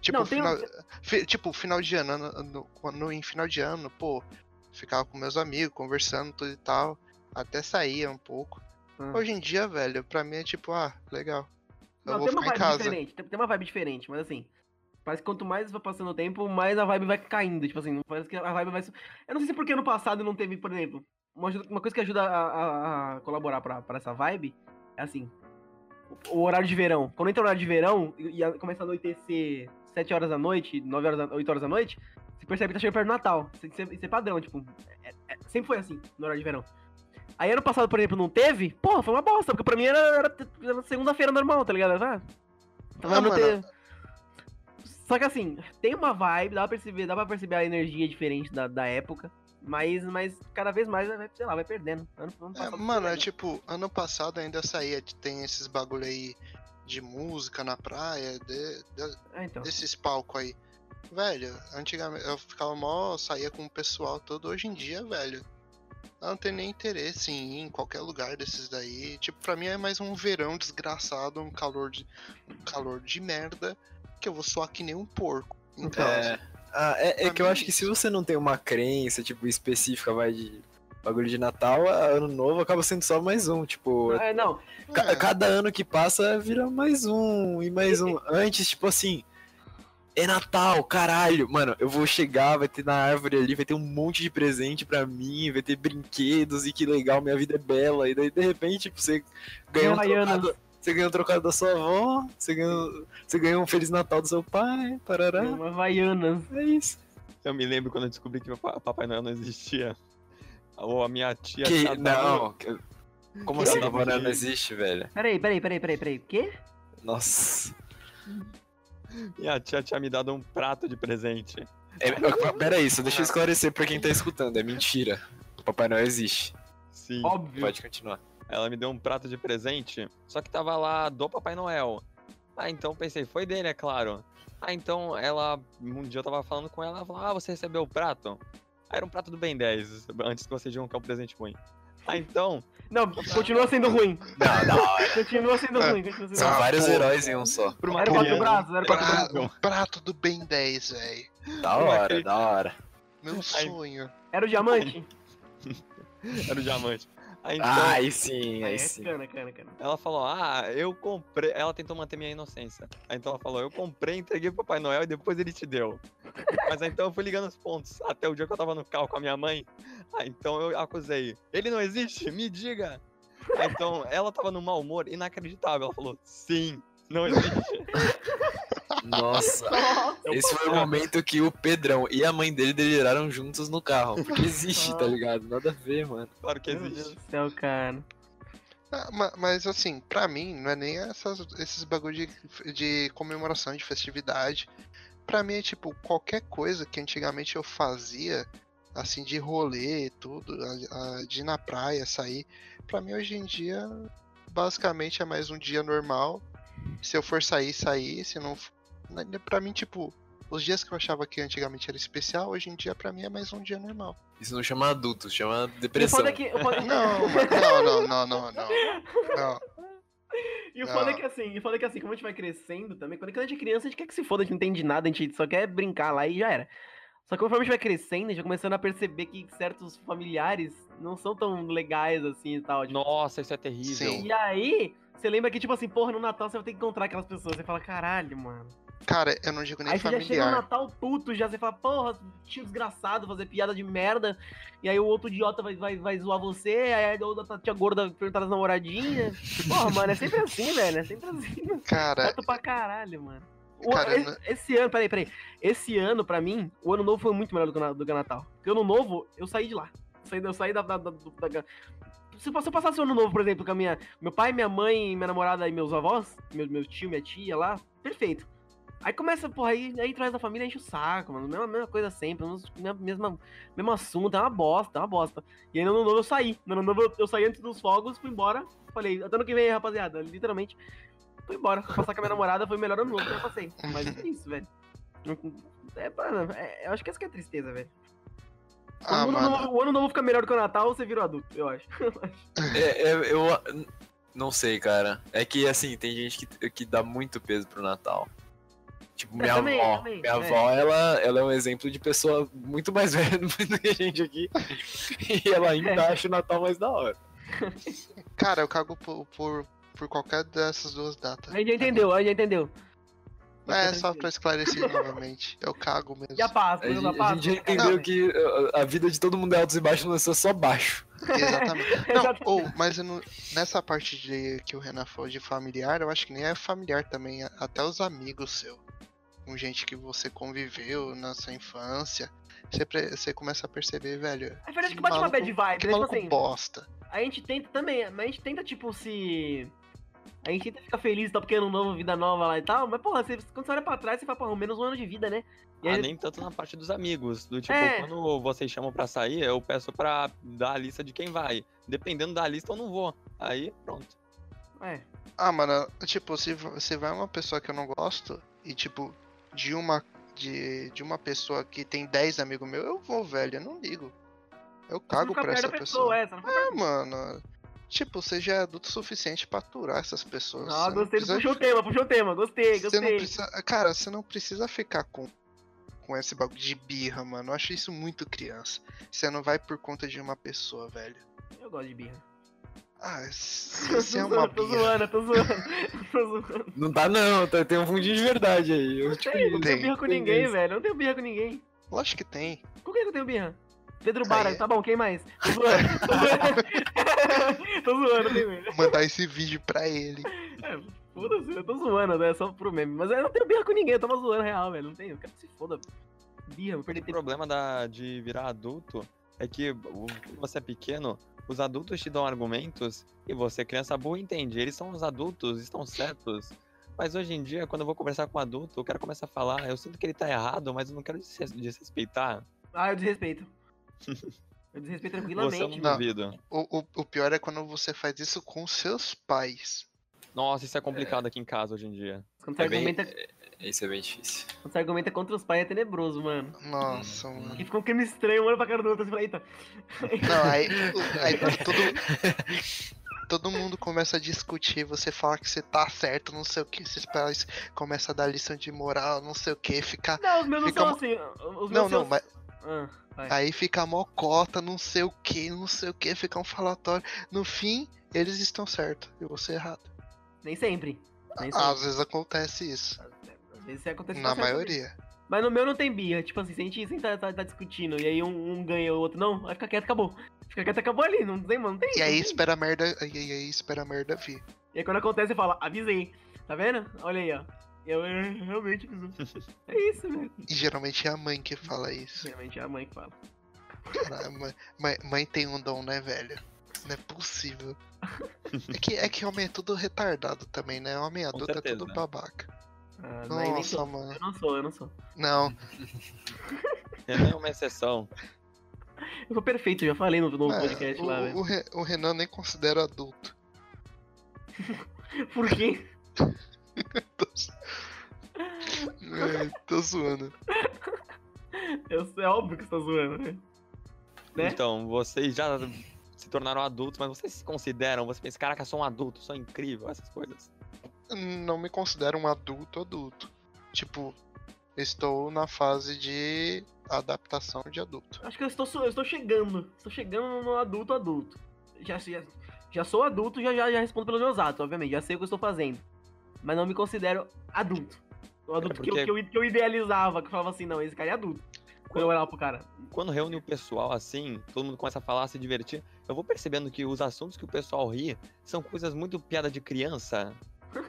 Tipo,
Não, tem um-
final, fi- tipo, final de ano, ano- ano- quando em final de ano, pô, ficava com meus amigos, conversando, tudo e tal. Até saía um pouco.
Ah.
Hoje em dia, velho, pra mim é tipo, ah, legal. Eu vou
tem
ficar em
uma vibe
casa.
diferente, tem, tem uma vibe diferente, mas assim. Parece que quanto mais vai passando o tempo, mais a vibe vai caindo. Tipo assim, parece que a vibe vai. su- Eu não sei se é porque ano passado não teve, por exemplo, uma, ajuda- uma coisa que ajuda a, a- a colaborar pra, pra essa vibe é assim. o- O horário de verão. Quando entra o horário de verão e e a- começa a anoitecer 7 horas da noite, 9 horas, da, 8 horas da noite, você percebe que tá chegando perto do Natal. Isso isso é, isso é padrão, tipo. é- é- sempre foi assim, no horário de verão. Aí ano passado, por exemplo, não teve, porra, foi uma bosta, porque pra mim era, era- era segunda-feira normal, tá ligado? Ah, tava
Ah,
no
mano.
te- Só que assim, tem uma vibe, dá pra perceber, dá pra perceber a energia diferente da, da época, mas, mas cada vez mais, vai, sei lá, vai perdendo. Ano, ano
É,
passado né? foi
mano, é
perdendo.
tipo, ano passado ainda saía, t- tem esses bagulho aí de música na praia, de- de-
Ah, então.
desses palcos aí. Velho, antigamente eu ficava mó, saía com o pessoal todo, hoje em dia, velho, eu não tenho nem interesse em ir em qualquer lugar desses daí. Tipo, pra mim é mais um verão desgraçado, um calor de, um calor de merda, que eu vou suar que nem um porco. Então,
É, ah, é, é
Pra
que eu
mim é
acho que
isso.
se você não tem uma crença, tipo, específica, vai de bagulho de Natal, a ano novo acaba sendo só mais um, tipo...
Ah, não,
ca-
é,
Cada ano que passa vira mais um e mais um. Antes, tipo assim, é Natal, caralho. Mano, eu vou chegar, vai ter na árvore ali, vai ter um monte de presente pra mim, vai ter brinquedos e que legal, minha vida é bela. E daí, de repente, tipo, você ganhou um
Havaianas.
trocado, você ganhou um trocado da sua avó, você ganhou, você ganhou um Feliz Natal do seu pai, parará.
uma Havaianas.
É isso.
Eu me lembro quando eu descobri que o pa- Papai Noel não existia. Ou a minha tia.
Que
cada um-
não. que- Como
Que
assim
cada um
Papai Noel
de-
não existe, velho?
Peraí, peraí, peraí, peraí, peraí. O quê?
Nossa.
Minha tia tinha me dado um prato de presente.
É, pera aí, só deixa eu esclarecer pra quem tá escutando. É mentira. O Papai Noel existe.
Sim.
Óbvio.
Pode continuar.
Ela me deu um prato de presente, só que tava lá do Papai Noel. Ah, então pensei, foi dele, é claro. Ah, então ela. Um dia eu tava falando com ela, ela falou: Ah, você recebeu o prato? Ah, era um prato do Ben 10, antes que vocês digam que é um presente ruim. Ah, então.
Não, continua sendo ruim.
Não, não.
Continua sendo ruim, continua sendo
São
Ah,
ruim.
vários
pô.
heróis em um só.
Pra uma
Era quatro
criança.
braços, era quatro braços.
pra- o prato do Ben 10, velho.
Da hora, da hora.
Meu
Aí-
sonho.
Era o diamante?
Era o diamante. Ah, então.
Ah, aí sim, aí
é,
sim.
cana, cana, cana.
Ela falou, ah, eu comprei. Ela tentou manter minha inocência. Aí então ela falou, eu comprei, entreguei pro Papai Noel e depois ele te deu. Mas aí então eu fui ligando os pontos. Até o dia que eu tava no carro com a minha mãe. Ah, então eu acusei. Ele não existe? Me diga! Ah, então ela tava num mau humor inacreditável. Ela falou, sim, não existe.
Nossa.
Eu
Esse foi o
falei, "Ah,
momento que o Pedrão e a mãe dele deliraram juntos no carro. Porque existe,
Ah.
tá ligado? Nada a ver, mano.
Claro que
Meu Deus
existe.
do céu, cara.
Ah, ma- Mas assim, pra mim, não é nem essas- esses bagulho de, de comemoração, de festividade. Pra mim é tipo, qualquer coisa que antigamente eu fazia, assim, de rolê e tudo, a- a- de ir na praia, sair. Pra mim hoje em dia, basicamente é mais um dia normal. Se eu for sair, sair. Se não for. na- Pra mim, tipo, os dias que eu achava que antigamente era especial, hoje em dia pra mim é mais um dia normal.
Isso não chama adulto, chama
E o
depressão.
foda é que. o foda-
Não, mano, não, não, não, não, não. Não.
E o foda é
não.
que assim, e o foda é que assim, como a gente vai crescendo também, quando a gente é criança, a gente quer que se foda, a gente não entende nada, a gente só quer brincar lá e já era. Só que conforme a gente vai crescendo, a gente vai começando a perceber que certos familiares não são tão legais assim e tal. tipo,
Nossa, isso é terrível.
Sim.
E aí, você lembra que, tipo assim, porra, no Natal você vai ter que encontrar aquelas pessoas. Você fala, caralho, mano.
Cara, eu não digo nem
aí você já chega no
familiar.
Natal puto, já você fala, porra, tio desgraçado, fazer piada de merda. E aí o outro idiota vai, vai, vai zoar você, aí a outra tia gorda perguntar das namoradinhas. porra, mano, é sempre assim, velho. É sempre assim, mano.
Cara,
Chato pra caralho, mano. O-
Cara,
esse,
né?
esse ano, peraí, peraí. Esse ano, pra mim, o ano novo foi muito melhor do que o, na- do que o Natal. Porque o ano novo, eu saí de lá. Eu saí, eu saí da, da, da- do- da- Se eu se eu passasse o ano novo, por exemplo, com a minha. Meu pai, minha mãe, minha namorada e meus avós, meu, meu tio, minha tia lá, perfeito. Aí começa, porra, aí, aí traz da família enche o saco, mano. Mesma, mesma coisa sempre, mesma, mesma, mesmo assunto, é uma bosta, é uma bosta. E aí no ano novo eu saí. No ano novo eu- eu saí antes dos fogos, fui embora. Falei, até ano que vem, rapaziada. Literalmente. tô embora. Passar com a minha namorada foi o melhor ano novo que eu passei. Mas é isso, velho. É, mano, é- eu acho que essa que é a tristeza, velho. O
Ah,
ano
mano.
novo- o ano novo fica melhor que o Natal, você vira o adulto, eu acho.
É, é, eu não sei, cara. É que assim, tem gente que, que dá muito peso pro Natal. Tipo, minha
também,
avó.
também,
minha
é.
avó, ela, ela é um exemplo de pessoa muito mais velha do que a gente aqui. e ela ainda
É.
acha o Natal mais da hora.
Cara, eu cago por, por, por qualquer dessas duas datas.
A gente já entendeu, a gente já entendeu. tá
É, só pra esclarecer novamente. Eu cago mesmo.
E a paz,
A
não
gente,
dá
a
paz?
gente já
Cara,
entendeu
velho.
que uh, a vida de todo mundo é altos e baixos, mas é só baixo.
Exatamente. Não,
Exatamente.
ou, mas eu não- nessa parte de que o Renan falou de familiar, eu acho que nem é familiar também. a- Até os amigos seu. Com gente que você conviveu na sua infância. Você, pre- você começa a perceber, velho.
É verdade que
que
bate uma
maluco-
bad vibe,
Que
né? Tipo
maluco
assim,
bosta.
a gente tenta também, mas a gente tenta, tipo, se. A gente tenta ficar feliz, tá porque é ano novo, vida nova lá e tal, mas porra, você- quando você olha pra trás, você fala, porra, menos um ano de vida, né? E
Ah,
aí-
nem tanto na parte dos amigos. Do tipo,
É.
quando vocês chamam pra sair, eu peço pra dar a lista de quem vai. Dependendo da lista, eu não vou. Aí, pronto.
É,
Ah, mano, tipo, se, v- se vai uma pessoa que eu não gosto e, tipo, de uma de, de uma pessoa que tem 10 amigos meus, eu vou, velho, eu não ligo. Eu
você não
cago
fica
pra
perto
essa
da
pessoa.
é, você não fica-
Ah, mano. Tipo, você já é adulto o suficiente pra aturar essas pessoas.
Ah,
você não
gostei,
precisa-
puxou o tema, puxou o tema, gostei,
você não
gostei.
precisa- Cara, você não precisa ficar com, com esse bagulho de birra, mano. Eu acho isso muito criança. Você não vai por conta de uma pessoa, velho.
Eu gosto de birra.
Ah, se
Tô
você é uma
zoando, tô
birra.
zoando, tô zoando, tô zoando.
Não tá não, tá- tem um fundinho de verdade aí. Eu, tipo,
Não tenho, não tenho
tem,
birra com
tem
ninguém,
isso.
velho. Eu não tenho birra com ninguém.
Lógico que tem.
Com quem que eu tenho birra? Pedro
Aí
Bara,
é.
tá bom, quem mais? Tô zoando, tô zoando. tô zoando, tem birra.
mandar esse vídeo pra ele.
É, foda-se, eu tô zoando, né? Só pro meme. Mas eu não tenho birra com ninguém, eu tava zoando real, velho. Não tenho, eu quero que se foda. Birra, eu perdi
O
tempo.
problema da, de virar adulto é que o- quando você é pequeno, os adultos te dão argumentos e você, criança burra, entende. Eles são os adultos, estão certos. Mas hoje em dia, quando eu vou conversar com um adulto, eu quero começar a falar, eu sinto que ele tá errado, mas eu não quero desres- desrespeitar.
Ah, eu desrespeito. Eu desrespeito
Você eu
tranquilamente, né?
não
mano.
duvido.
O, o, o pior é quando você faz isso com seus pais.
Nossa, isso é complicado aqui em casa hoje em dia.
Quando você,
É bem-
argumenta,
Isso é bem difícil.
quando você argumenta contra os pais é tenebroso, mano.
Nossa, mano.
E fica um crime estranho, um olho pra cara do outro, você fala, eita.
Não, aí, o- aí todo, todo mundo começa a discutir, você fala que você tá certo, não sei o que, seus pais começam a dar lição de moral, não sei o que, fica.
Não, os meus não
Fica
são
mo-
assim. Os meus
Não,
são...
não, mas
Ah, vai.
aí fica mocota, não sei o que, não sei o que, fica um falatório. No fim, eles estão certos e você errado.
Nem sempre. Nem sempre.
Ah, Às vezes acontece isso.
Às vezes isso acontece
Na
com certa-
maioria.
Mas no meu não tem birra. Tipo assim, se a gente se tá, tá- tá discutindo e aí um, um ganha o outro não, aí fica quieto, acabou. Fica quieto, acabou ali. Não tem, mano, não tem.
E é
não
aí
tem.
espera a merda. E aí, aí espera a merda vir.
E aí quando acontece, você fala, avisei. Tá vendo? Olha aí, ó. Eu, eu realmente avisou. É isso, velho.
E geralmente é a mãe que fala isso.
Geralmente é a mãe que fala.
Caralho, mãe, mãe- mãe tem um dom, né, velho? Não é possível. É que, é que homem é tudo retardado também, né? Homem adulto é
certeza.
tudo babaca.
Ah, não, eu nem
Nossa,
sou.
mano.
Eu não sou, eu não sou.
Não,
Renan é uma exceção.
Eu sou perfeito, eu já falei no, no
é,
podcast lá,
o,
né? velho.
o Re- o Renan nem considera adulto.
Por quê?
É, tô zoando.
Eu, é óbvio que você tá zoando, velho. Né?
Então, vocês já se tornaram adultos, mas vocês se consideram, você pensa, caraca, eu sou um adulto, sou incrível, essas coisas.
Não me considero um adulto adulto. Tipo, estou na fase de adaptação de adulto.
Acho que eu estou, so- eu estou chegando. Estou chegando no adulto adulto. Já, já, já sou adulto, já, já, já respondo pelos meus atos, obviamente. Já sei o que eu estou fazendo. Mas não me considero adulto. O adulto
É
que eu-
porque-
que, eu, que, eu, idealizava, que eu falava assim, não, esse cara é adulto. Quando eu olhava pro cara.
Quando reúne o pessoal assim, todo mundo começa a falar, a se divertir, eu vou percebendo que os assuntos que o pessoal ri são coisas muito piada de criança.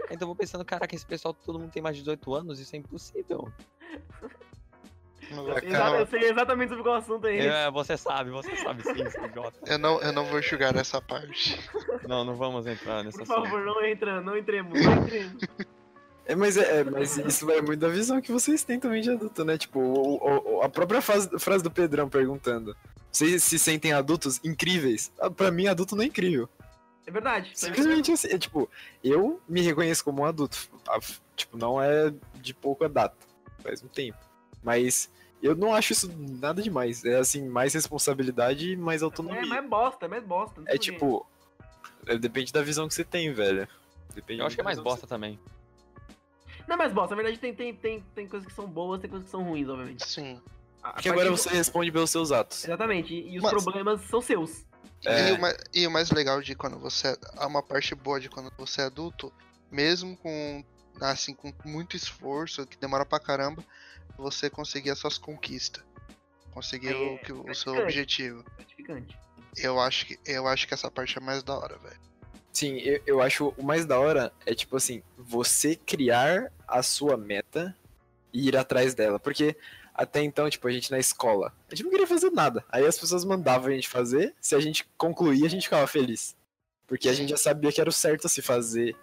Então eu vou pensando, caraca, esse pessoal, todo mundo tem mais de 18 anos, isso é impossível.
Eu sei, exa- eu
Cara,
sei exatamente sobre qual assunto é esse.
É, você sabe, você sabe sim, seu idiota.
eu não, eu não vou julgar essa parte.
Não, não vamos entrar nessa
Por
assunto.
favor, não entra, não entremos, não entremos.
É, mas, é, é, mas isso vai muito da visão que vocês têm também de adulto, né? Tipo, o- o- o- a própria fase- frase do Pedrão perguntando. Vocês se sentem adultos incríveis? Ah, Pra mim, adulto não é incrível.
É verdade.
Simplesmente assim, é, tipo, eu me reconheço como um adulto. tá? Tipo, não é de pouca data, faz um tempo. Mas eu não acho isso nada demais. É assim, mais responsabilidade e mais
É
autonomia.
mais bosta, é mais bosta. não
É,
tem porquê.
tipo, é, depende da visão que você tem, velho. Depende
Eu acho que é
da
mais
visão você
bosta também.
Não é mais bosta, na verdade tem, tem, tem, tem coisas que são boas, tem coisas que são ruins, obviamente.
Sim.
A- a
Porque agora
partir do-
você responde pelos seus atos.
Exatamente, e e os
Mas-
problemas são seus.
É.
E, o mais, e o mais legal de quando você. é- Há uma parte boa de quando você é adulto, mesmo com. Assim, com muito esforço, que demora pra caramba, você conseguir as suas conquistas. Conseguir
É,
o, que, o seu
gratificante.
objetivo.
Gratificante.
Eu acho, que, eu acho que essa parte é mais da hora, velho.
Sim, eu, eu acho o mais da hora é tipo assim, você criar a sua meta e ir atrás dela. Porque até então, tipo, a gente na escola, a gente não queria fazer nada. Aí as pessoas mandavam a gente fazer, se a gente concluía, a gente ficava feliz. Porque a gente já sabia que era o certo a se fazer,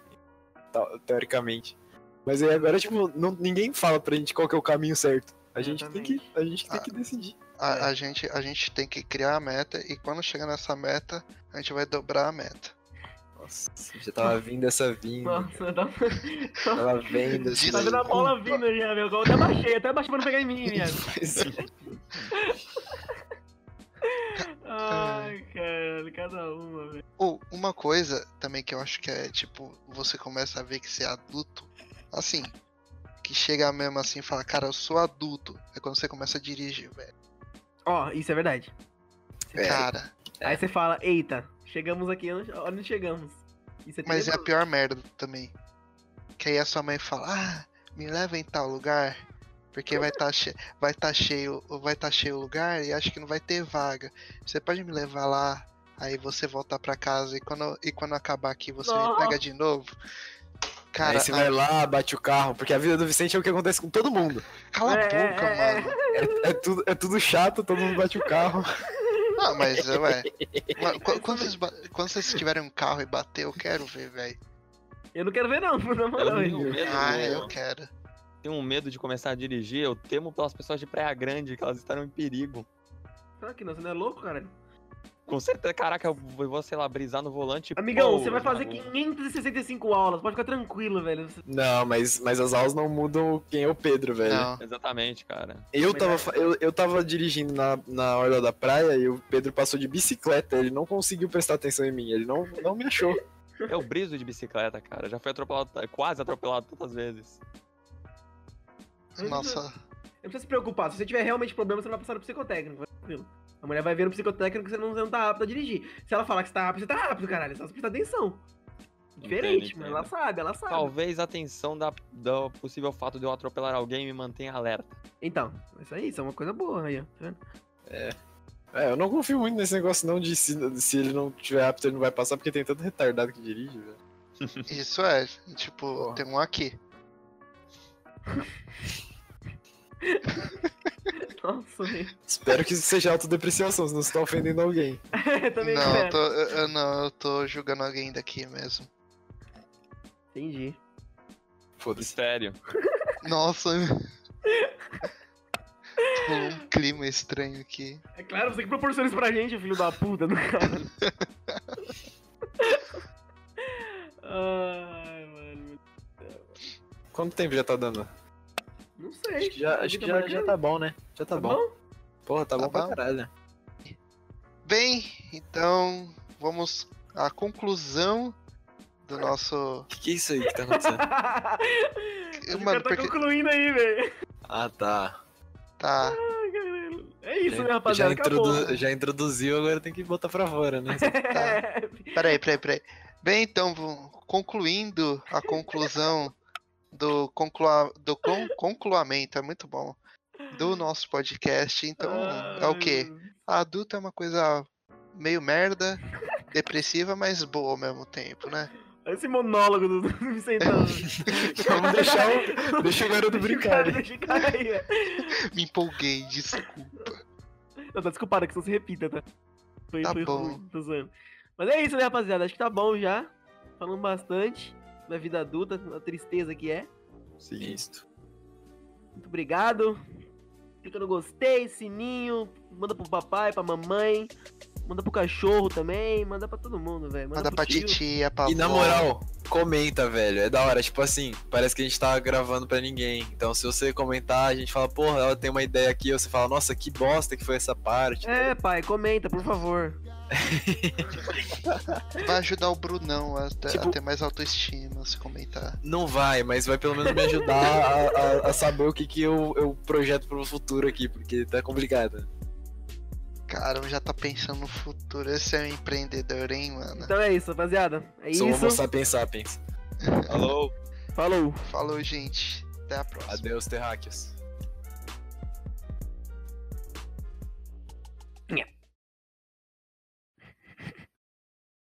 tal- teoricamente. Mas aí agora, tipo, não, ninguém fala pra gente qual que é o caminho certo. A gente tem que, a gente tem que decidir.
A,
É.
a gente, a gente tem que criar a meta e quando chegar nessa meta, a gente vai dobrar a meta.
Nossa, já tava vindo essa vinda.
Nossa, tá...
Tava vendo essa
tá vendo a bola vindo já, meu. Eu até baixei, até baixei pra não pegar em mim, viado.
é.
É. Ai, cara, cada uma, velho.
Ou uma coisa também que eu acho que é tipo, você começa a ver que você é adulto, assim, que chega mesmo assim e fala, cara, eu sou adulto. É quando você começa a dirigir, velho.
Ó, isso é verdade.
É.
Cara,
Aí você fala, eita, chegamos aqui, onde olha onde chegamos. Isso é
mas é a
tenebroso.
pior merda também. Que aí a sua mãe fala, ah, me leva em tal lugar. Porque vai estar vai tá cheio, vai tá cheio o lugar e acho que não vai ter vaga. Você pode me levar lá, aí você volta pra casa e quando, e quando acabar aqui você me
Nossa.
pega de novo. Cara,
aí você vai lá, bate o carro, porque a vida do Vicente é o que acontece com todo mundo.
cala
É,
a boca,
é, é.
mano.
É tudo, é tudo chato, todo mundo bate o carro.
Ah, mas, ué. Mano, qu- quando, vocês ba- quando vocês tiverem um carro e bater, eu quero ver, velho.
Eu não quero ver, não, na
Eu
moral.
tenho um
hein.
medo,
Ah,
meu.
eu quero.
tenho um medo de começar a dirigir, eu temo pelas pessoas de Praia Grande, que elas estarão em perigo.
Será que não? Você não é louco, cara?
Com certeza, caraca, eu vou, sei lá, brisar no volante. e
Amigão,
pô,
você vai fazer
na rua.
565 aulas, pode ficar tranquilo, velho. Você-
Não, mas, mas as aulas não mudam quem é o Pedro, velho.
Não.
Exatamente, cara.
Eu, tava, fa- eu, eu tava dirigindo na, na orla da praia e o Pedro passou de bicicleta, ele não conseguiu prestar atenção em mim, ele não, não me achou.
Eu É briso de bicicleta, cara. Já fui atropelado, quase atropelado tantas vezes.
Uhum.
Nossa.
Não precisa se preocupar, se você tiver realmente problema, você vai passar no psicotécnico, vai tranquilo. A mulher vai ver no psicotécnico que você não, você não tá apto a dirigir. Se ela falar que você tá apto, você tá apto, caralho. Só você prestar atenção. Diferente,
Entendo,
mas
entendo.
ela sabe, ela sabe.
Talvez a tensão da, do possível fato de eu atropelar alguém me mantenha alerta.
Então, isso aí, isso é uma coisa boa aí, ó. Tá vendo?
É, eu não confio muito nesse negócio não de se, se ele não tiver apto ele não vai passar, porque tem tanto retardado que dirige, velho.
Isso é, tipo,
Porra.
tem um aqui.
Nossa, velho.
Espero que isso seja autodepreciação, senão você tá ofendendo alguém.
Eu também é
não, eu
quero.
tô, eu, eu não, eu tô julgando alguém daqui mesmo.
Entendi.
Foda-se.
Sério.
Nossa. Tô um clima estranho aqui.
É claro, você que proporciona isso pra gente, filho da puta do cara. Ai, mano.
Quanto tempo já tá dando?
Não sei.
Acho que já, acho que já, já tá bom, né? Já tá, bom. Porra, tá,
Tá
bom pra
bom.
caralho.
Bem, então vamos à conclusão do nosso.
Que que é isso aí que tá acontecendo?
O
Mano,
cara tá
porque-
concluindo aí, velho.
ah, tá.
Tá.
Ai, caralho. É isso, né,
Já-
rapaziada?
já,
Acabou.
introdu- já introduziu, agora tem que botar pra fora, né?
Peraí, peraí, peraí. Bem, então, vou- concluindo a conclusão do, conclua, do con- concluamento, é muito bom, do nosso podcast. Então, é o quê? A adulta é uma coisa meio merda, depressiva, mas boa ao mesmo tempo, né?
Ai, É Esse monólogo do do Vicentão.
Vamos deixar o, deixa o garoto
Deixa o
brincar,
cara,
né?
deixa o cara aí.
Me empolguei, desculpa.
Não, tá desculpada que isso não se repita, tá? Foi,
Tá
foi
bom.
ruim, tô zoando. Mas é isso, né, rapaziada? Acho que tá bom já. Falamos bastante da vida adulta, da tristeza que é.
Sim, isso.
Muito obrigado. Clica no gostei, sininho, manda pro papai, pra mamãe, Manda pro cachorro também, manda pra todo mundo, velho. Manda,
Manda
pro
pra
tio.
titia, pra
E na
avó.
moral, comenta, velho. É da hora. Tipo assim, parece que a gente tá gravando pra ninguém. Então, se você comentar, a gente fala, porra, ela tem uma ideia aqui. Ou você fala, nossa, que bosta que foi essa parte.
É, pai, comenta, por favor.
Vai ajudar o Brunão a, a
Tipo-
ter mais autoestima, se comentar.
Não vai, mas vai pelo menos me ajudar a, a- a saber o que, que eu, eu projeto pro futuro aqui, porque tá complicado.
Cara, já tá pensando no futuro. Esse é um empreendedor, hein, mano?
Então é isso, rapaziada. É
Sou homo
isso.
sapiens sapiens.
Alô?
Falou.
Falou, gente. Até a próxima.
Adeus, terráqueos.